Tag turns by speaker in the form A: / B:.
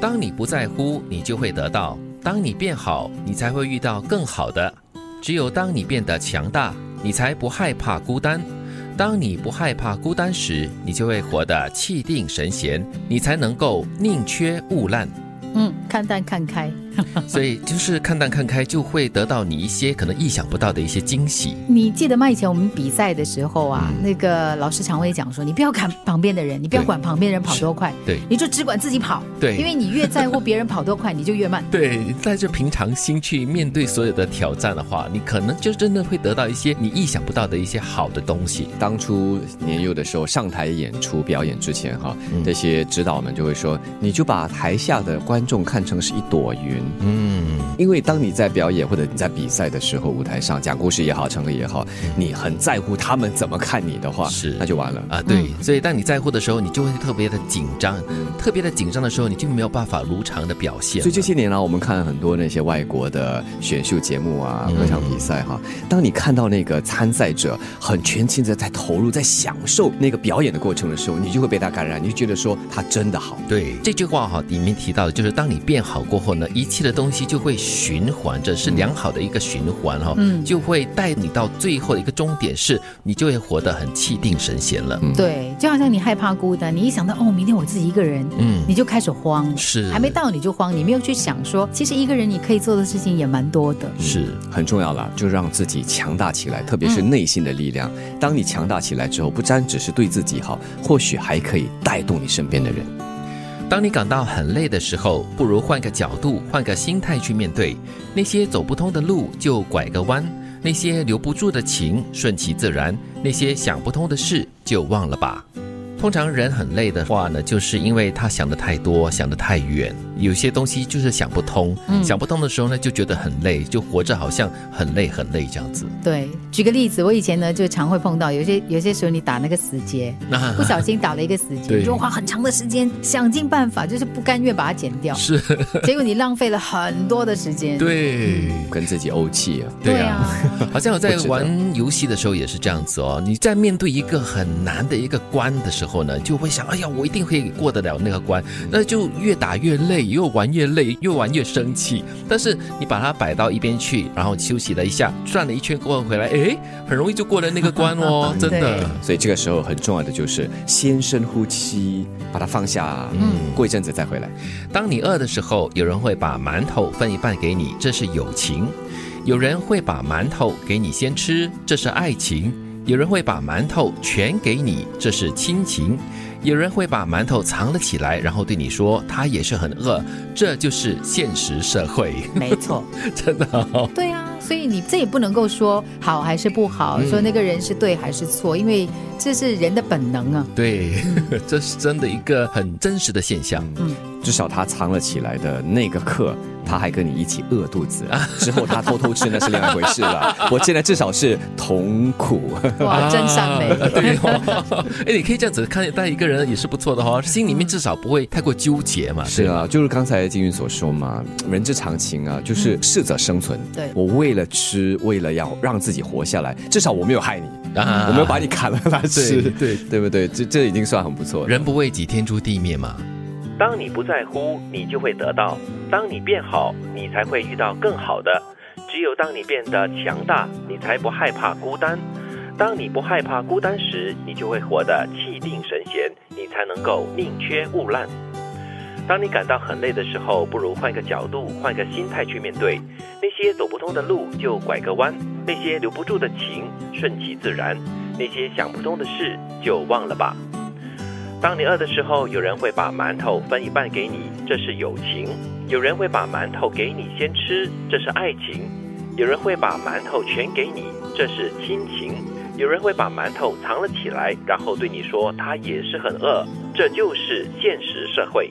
A: 当你不在乎，你就会得到；当你变好，你才会遇到更好的。只有当你变得强大，你才不害怕孤单。当你不害怕孤单时，你就会活得气定神闲，你才能够宁缺毋 滥。
B: 嗯，看淡看开。
A: 所以就是看淡看开，就会得到你一些可能意想不到的一些惊喜。
B: 你记得吗？以前我们比赛的时候啊，
A: 嗯
B: 那个老师常会讲说，你不要看旁边的人，你不要
A: 对
B: 管旁边人跑多快，
A: 对
B: 你就只管自己跑。
A: 对
B: 因为你越在乎别人跑多快，你就越慢。
A: 对，带着平常心去面对所有的挑战的话，你可能就真的会得到一些你意想不到的一些好的东西。
C: 当初年幼的时候上台演出表演之前哈，
A: 嗯
C: 这些指导们就会说，你就把台下的观众看成是一朵云，
A: 嗯，
C: 因为当你在表演或者你在比赛的时候，舞台上讲故事也好，唱歌也好，你很在乎他们怎么看你的话，
A: 嗯是
C: 那就完了。
A: 啊，对，所以当你在乎的时候，你就会特别的紧张，特别的紧张的时候，你就没有办法如常的表现了。
C: 所以这些年呢、啊我们看很多那些外国的选秀节目啊、
A: 嗯
C: 歌唱比赛哈、当你看到那个参赛者很全心的在投入、在享受那个表演的过程的时候，你就会被他感染，你就觉得说他真的好。
A: 对这句话哈，里面提到的就是，当你变好过后呢，一切的东西就会循环着，是良好的一个循环哈、
B: 嗯
A: 就会带你到最后的一个终点是，你就会活得很气定神闲了。
C: 嗯
B: 对，就好像你害怕孤单，你一想到哦，明天我自己一个人，
A: 嗯
B: 你就开始慌了。
A: 是
B: 还没到你就慌，你没有去想说，其实一个人你可以做的事情也蛮多的。
A: 是，
C: 很重要啦，就让自己强大起来，特别是内心的力量。当你强大起来之后，不单只是对自己好，或许还可以带动你身边的人。
A: 当你感到很累的时候，不如换个角度、换个心态去面对。那些走不通的路就拐个弯，那些留不住的情顺其自然，那些想不通的事就忘了吧。通常人很累的话呢，就是因为他想的太多，想的太远，有些东西就是想不通。
B: 嗯
A: 想不通的时候呢，就觉得很累，就活着好像很累很累这样子。
B: 对，举个例子，我以前呢就常会碰到，有些有些时候你打那个死结，
A: 那
B: 不小心打了一个死结，
A: 啊对，
B: 你就花很长的时间想尽办法，就是不甘愿把它剪掉
A: 是
B: 结果你浪费了很多的时间。
A: 对。
C: 跟自己怄气啊。
A: 对
B: 对
A: 啊
B: 啊，
A: 好像我在
C: 不值得
A: 玩游戏的时候也是这样子哦。你在面对一个很难的一个关的时候呢，就会想，哎呀，我一定会过得了那个关，那就越打越累，越玩越累，越玩越生气。但是你把它摆到一边去，然后休息了一下，转了一圈过后回来，哎，很容易就过了那个关哦，真的
B: 对。
C: 所以这个时候很重要的就是先深呼吸，把它放下，
A: 嗯
C: 嗯，过一阵子再回来。
A: 当你饿的时候，有人会把馒头分一半给你，这是友情；有人会把馒头给你先吃，这是爱情；有人会把馒头全给你，这是亲情；有人会把馒头藏了起来，然后对你说他也是很饿，这就是现实社会，
B: 没错，
A: 真的哦、
B: 对啊，所以你这也不能够说好还是不好，
A: 嗯
B: 说那个人是对还是错，因为这是人的本能啊。
A: 对，这是真的一个很真实的现象。
C: 至少他藏了起来的那个刻，他还跟你一起饿肚子。之后他偷偷吃那是另外一回事了。我现在至少是同苦。
B: 哇，真善 美。
A: 啊对 哦，哎，你可以这样子看待一个人也是不错的哦，心里面至少不会太过纠结嘛。
C: 是
A: 对吧
C: 啊，就是刚才金云所说嘛，人之常情啊，就是适者生存。
B: 对
C: 我为了吃，为了要让自己活下来，至少我没有害你，
A: 啊
C: 我没有把你砍了来吃，
A: 对对
C: 对不对？这这已经算很不错了。
A: 人不为己，天诛地灭嘛。当你不在乎，你就会得到；当你变好，你才会遇到更好的。只有当你变得强大，你才不害怕孤单。当你不害怕孤单时，你就会活得气定神闲，你才能够宁缺毋滥。当你感到很累的时候，不如换个角度，换个心态去面对。那些走不通的路就拐个弯，那些留不住的情顺其自然，那些想不通的事就忘了吧。当你饿的时候，有人会把馒头分一半给你，这是友情；有人会把馒头给你先吃，这是爱情；有人会把馒头全给你，这是亲情；有人会把馒头藏了起来，然后对你说他也是很饿，这就是现实社会。